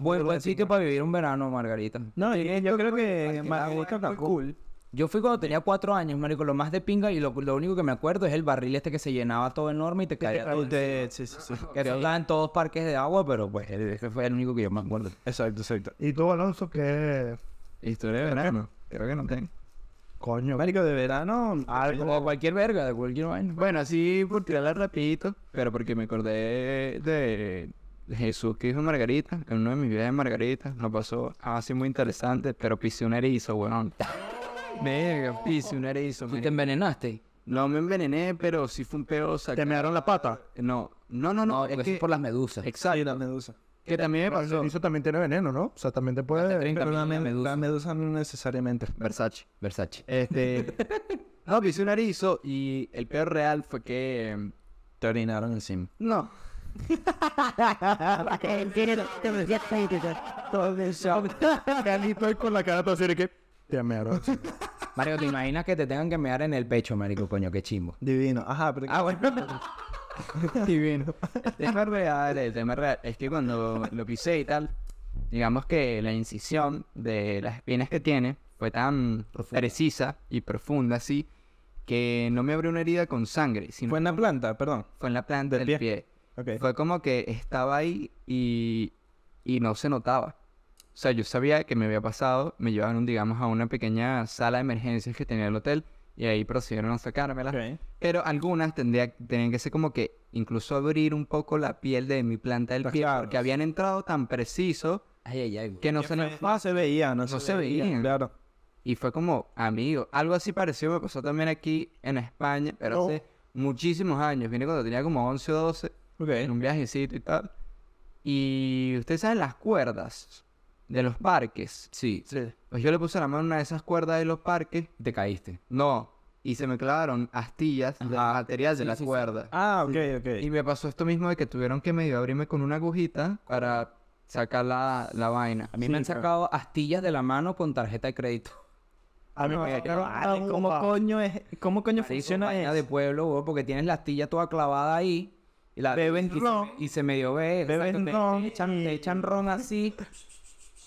Buen, buen sitio para vivir un verano, Margarita. No, yo, yo creo que Margarita está cool. Yo fui cuando tenía cuatro años, marico, lo más de pinga y lo, lo único que me acuerdo es el barril este que se llenaba todo enorme y te caía todo. Usted- Sí, sí, sí. Que eso estaba en todos parques de agua, pero pues ese fue el único que yo me acuerdo. Exacto, exacto. y tú, Alonso, que... Historia de verano. Creo que no tengo. Coño, Marico, de verano. Algo, o cualquier verga, de cualquier vaina. Bueno, así por tirarla rapidito, pero porque me acordé de Jesús que hizo Margarita, en uno de mis viajes de Margarita, nos pasó así muy interesante, pero pisé un erizo, (laughs) weón. Verga, pisé un erizo. ¿Y te marico. envenenaste? No me envenené, pero sí fue un peo ¿Te sacar. mearon la pata? No, no, no, no, No, es porque que, es por las medusas. exacto, Y pues la medusa. que también me Pero el pasó. erizo también tiene veneno, ¿no? O sea, también te puede... Pero la, la me- medusa. la medusa no necesariamente. Versace. Versace. (laughs) Este, no, pisé un erizo y el peor real fue que, em, Te orinaron encima. no, (laughs) Calito ahí con la cara toda así de que... Te mearon. Mario, ¿te imaginas que te tengan que mear en el pecho, marico? Coño, qué chimbo. Divino. Ajá, pero. (laughs) Ah, bueno. Divino. El tema real, el tema real es que cuando lo pisé y tal, digamos que la incisión de las espinas que tiene fue tan precisa y profunda así que no me abrió una herida con sangre, sino Fue fue, en la planta, perdón. en la planta del del, pie. pie. Ok. Fue como que estaba ahí y, y no se notaba. O sea, yo sabía que me había pasado, me llevaron, digamos, a una pequeña sala de emergencias que tenía el hotel y ahí procedieron a sacármela. Ok. Pero algunas tendría, tenían que ser como que incluso abrir un poco la piel de mi planta del Las pie, claras. porque habían entrado tan preciso Ay, ay, ay. güey. que no se nos No Ah, se veía, no, No se veía. Claro. Y fue como, amigo, algo así parecido me pasó también aquí en España, pero No. hace muchísimos años. Vine cuando tenía como 11 o 12, Ok. en un viajecito y tal. Y ustedes saben las cuerdas de los parques. Sí, Pues yo le puse la mano a una de esas cuerdas de los parques. te caíste. No, y se me clavaron astillas del Ajá. material de Sí, la sí, sí. cuerda. Ah, ok, ok. Y me pasó esto mismo de que tuvieron que medio abrirme con una agujita para sacar la, la vaina. A mí me han sacado astillas de la mano con tarjeta de crédito. Ah, (laughs) A mí me Vale, sacaron una Ah, ¿cómo bomba. coño es? ¿Cómo coño Marico, funciona vaina eso? de pueblo, huevón, porque tienes la astilla toda clavada ahí. Y la, Bebes y se- ron. Y se medio ve. Bebes exacto, te- ron Te echan, y- te echan ron así.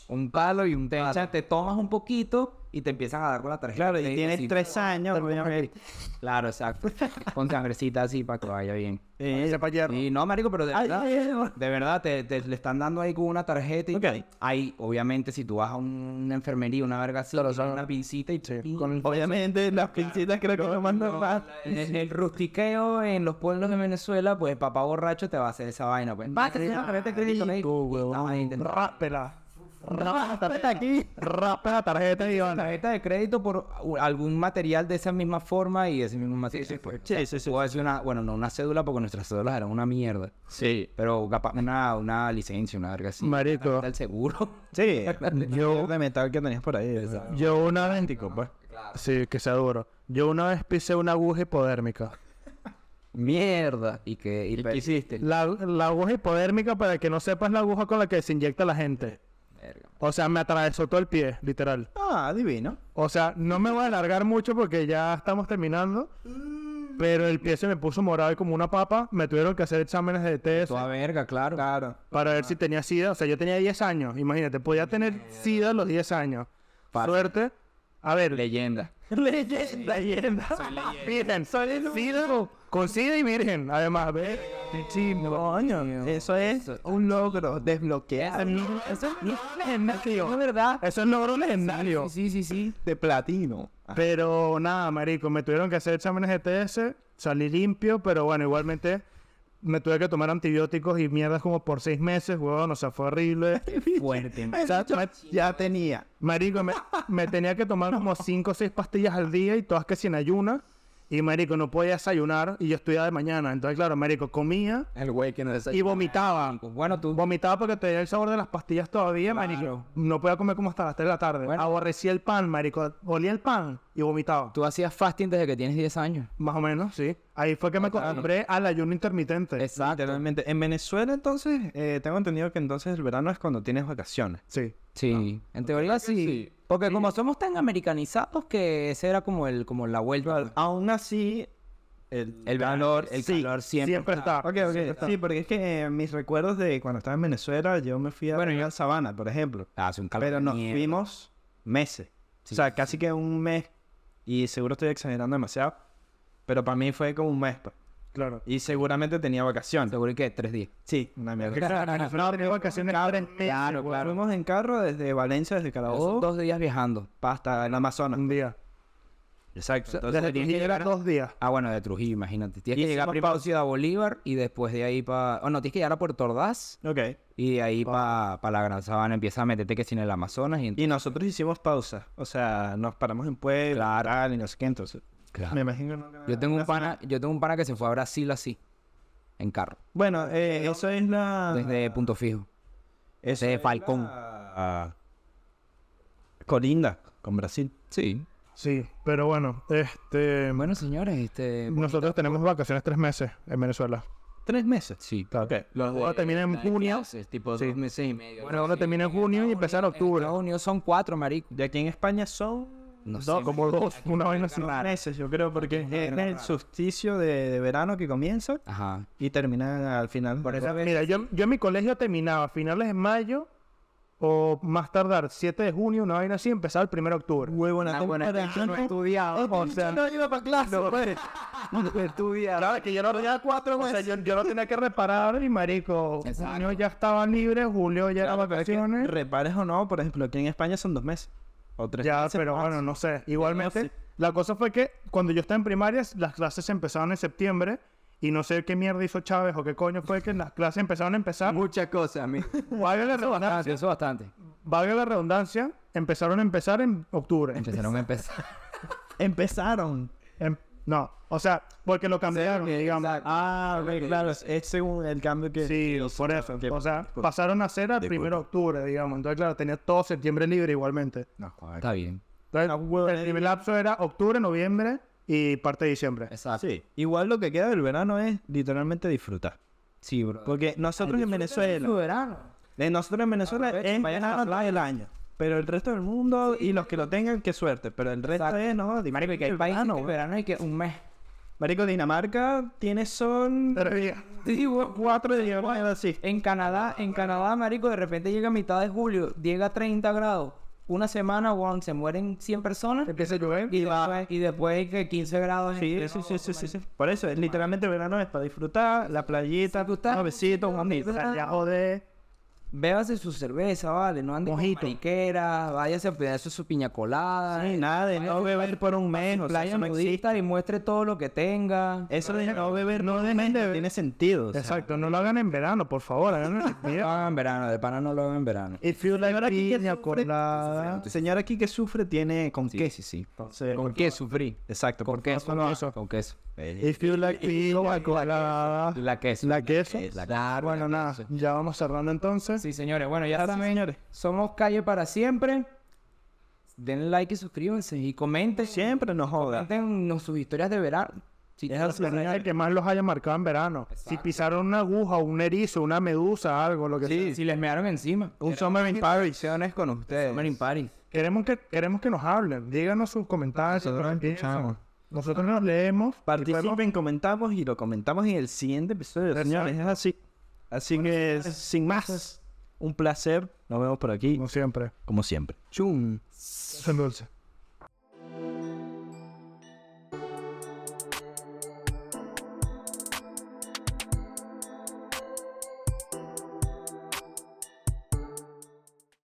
Un palo y un te, echan- te tomas un poquito y te empiezan a dar con la tarjeta. Claro, de y crédito tienes así. tres años. obviamente. Claro, exacto. Con sangrecita así para que vaya bien. Eh, Ese pa' hierro. Y no, marico, pero de ay, verdad, ay, ay, de verdad te, te- le están dando ahí con una tarjeta. Y Ok. Ahí, obviamente, si tú vas a una enfermería, una verga así, tienes una pincita y con el Obviamente, las pincitas creo que lo más normal. En el, el rustiqueo en los pueblos de Venezuela, pues papá borracho te va a hacer esa vaina, pues. Va, te la tarjeta de crédito, ¿no? Tú, Estaba ahí huevón. intentando. Rápela. Rapa, tarjeta aquí. Rapa la tarjeta y van. Tarjeta de crédito por u- algún material de esa misma forma y ese mismo material. pues. Sí, sí, sí. O es una, bueno, no una cédula, porque nuestras cédulas eran una mierda. Sí. Pero capaz una, una licencia, una verga así. Marico, Del seguro. (laughs) Sí. yo, de metal que tenías por ahí. yo una vez... pues. Sí, que sea duro. Yo una vez pisé una aguja hipodérmica. Mierda. ¿Y que ¿Y, qué hiciste? La, la aguja hipodérmica, para que no sepas, la aguja con la que se inyecta la gente. O sea, me atravesó todo el pie, literal. Ah, divino. O sea, no me voy a alargar mucho porque ya estamos terminando. Pero el pie se me puso morado y como una papa. Me tuvieron que hacer exámenes de test Toda verga, claro. Claro. para ver si tenía sida. O sea, yo tenía 10 años. Imagínate, podía tener sida a los 10 años. Fácil. Suerte. A ver, Leyenda. Leyenda, leyenda. Virgen. Soy el Sida. Con sida y virgen, además, ¿ves? Coño, eso es un logro desbloquear. Eso es legendario. verdad. Eso es logro legendario. Sí, sí, sí. De platino. Pero nada, marico, me tuvieron que hacer exámenes de TS, salí limpio, pero bueno, igualmente me tuve que tomar antibióticos y mierdas como por seis meses, huevón, o sea, fue horrible. Fuerte. O sea, me- Ya tenía. marico, me, me tenía que tomar como cinco o seis pastillas al día y todas que sin ayuna. Y marico, no podía desayunar y yo estudiaba de mañana. Entonces, claro, marico, comía El güey que no y vomitaba. Bueno, tú. Vomitaba porque tenía el sabor de las pastillas todavía, marico. No podía comer como hasta las 3 de la tarde. Bueno. Aborrecía el pan, marico. Olía el pan y vomitaba. Tú hacías fasting desde que tienes 10 años. Más o menos, sí. Ahí fue que me acostumbré al ayuno intermitente. Exacto. Literalmente. En Venezuela, entonces, eh, tengo entendido que entonces el verano es cuando tienes vacaciones. Sí. Sí. En teoría sí. Porque como somos tan americanizados que ese era como el como la vuelta. Aún así, el, El calor, el calor siempre. Siempre está. Ok, ok. Sí, porque es que eh, mis recuerdos de cuando estaba en Venezuela, yo me fui a bueno, a Sabana, por ejemplo. Ah, Hace un calor. Pero de nos mierda. fuimos meses. o sea, casi que un mes. Y seguro estoy exagerando demasiado. Pero para mí fue como un mes. pues. (laughs) Claro. Y seguramente tenía vacaciones. Seguro que tres días. Sí, una mierda. No, tenía vacaciones cada tres meses, güey, Fuimos en carro desde Valencia, desde Son Carabobo, dos días viajando. hasta el Amazonas. Un día. Exacto. Desde que llegara dos días. Ah, bueno, de Trujillo, imagínate. Tienes Y que llegar hicimos primero a pausa. Ciudad Bolívar y después de ahí para... Oh, no, tienes que llegar a Puerto Ordaz ok. y de ahí para la Gran Sabana. Empieza a meterte que sin el Amazonas y... Y nosotros hicimos pausa. O sea, nos paramos en Puebla tal, y no sé qué. Entonces, me imagino. no- Yo tengo un pana, yo tengo un pana que se fue a Brasil así, en carro, Bueno, eh, eso es la. desde Punto Fijo. Ah. eso desde es Falcón. la- Colinda, con Brasil. Sí. Sí. Pero bueno, este. Bueno, señores, este... Nosotros tenemos vacaciones tres meses en Venezuela. Tres meses. Sí. Claro. Ok. Los Eh, termina en junio. Es tipo Sí. meses y medio. Bueno, uno termina en junio y empezar en octubre. Estados Unidos son cuatro, marico. De aquí en España son. No Dos, como dos. Una vaina así. Dos meses, yo creo, porque es el solsticio de, de verano que comienza (laughs) Ajá. y termina al final. Por eso Mira, yo, yo en mi colegio terminaba a finales de mayo o más tardar 7 de junio, una vaina así, empezaba el 1 de octubre. huevo en Ah, bueno, este bicho no (laughs) estudiaba. O sea, no iba para clase. (laughs) pues. No estudiaba. Claro, es que yo no tenía cuatro meses. yo, yo no tenía que reparar y marico. Exacto. Junio ya estaba libre, julio ya era Claro, pero es que vacaciones. repares o no, por ejemplo, aquí en España son dos meses. O tres Ya, meses pero más. bueno, no sé. Igualmente, sí. la cosa fue que cuando yo estaba en primarias, las clases empezaban en septiembre. Y no sé qué mierda hizo Chávez o qué coño fue que las clases empezaron a empezar. Muchas cosas, a mí. Valga la Ah, redundancia. eso bastante. Valga la redundancia. Empezaron a empezar en octubre. Empezaron a empezar. (laughs) Empezaron. Em- no, o sea, porque lo cambiaron, digamos. Ah, ok, claro, es es según el cambio que. Sí, por eso. que- O sea, pasaron a ser al 1 de octubre, digamos. Entonces, claro, tenía todo septiembre libre igualmente. Está bien. Entonces, el primer lapso era octubre, noviembre, y parte de diciembre. Exacto. Sí. Igual lo que queda del verano es literalmente disfrutar. Sí, bro. Porque nosotros en Venezuela, verano. eh, nosotros en Venezuela Aprovechen, es vayan a la verano todo el año. Pero el resto del mundo y los que lo tengan, qué suerte. Pero el resto Exacto. es, no, Marico, y que hay el países verano, que el güey. verano hay que un mes. Marico, Dinamarca tiene sol Pero, mira, Sí, güey. cuatro días, una vaina así. En Canadá, en Canadá, marico, de repente llega a mitad de julio, llega a 30 grados. Una semana, weón, se mueren 100 personas. empieza a llover. Y, después- y después hay que 15 grados. este, Sí, sí, sí, sí, sí, sí. Por eso, es literalmente el verano es para disfrutar, la playita, tú estás- unos besitos, un O sea, ya jodé. Bébase su cerveza, vale. No ande con Mojito. mariqueras. Váyase a pedazo su piña colada. Ay, nada de no beber por un mes, o sea, playa eso no existe. nudista y muestre todo lo que tenga. Eso de no beber no de mes no tiene sentido. o sea. Exacto, no lo hagan en verano, por favor. Háganlo en No lo (laughs) invierno. hagan en verano, de pana no lo hagan en verano. If you like Señora aquí, que piña sufre, colada. señora aquí que sufre tiene con qué, sí, sí. ¿Con qué sufrí? Exacto, ¿Con por queso? no, eso. Con queso. If you like piña colada. La queso. La queso. La- la- Bueno, nada, ya vamos cerrando entonces. Sí, señores. Bueno, ya Ahora, saben. señores, Somos Calle para siempre. Denle like y suscríbanse. Y comenten. siempre nos joda. Comenten nos- sus historias de verano. Si Es la señal que más los haya marcado en verano. Si pisaron una aguja, un erizo, una medusa, algo, lo que sea. si les mearon encima. Un Summer in Paris, sé honesto con ustedes. Summer in Paris. Queremos que, queremos que nos hablen. Díganos sus comentarios. Nosotros lo que escuchamos. piensan. Nosotros nos leemos. y podemos- Participen, comentamos y lo comentamos en el siguiente episodio, Exacto. señores. Es así. Así que, sin más, un placer. Nos vemos por aquí, Como siempre. como siempre. Chum. Son dulces.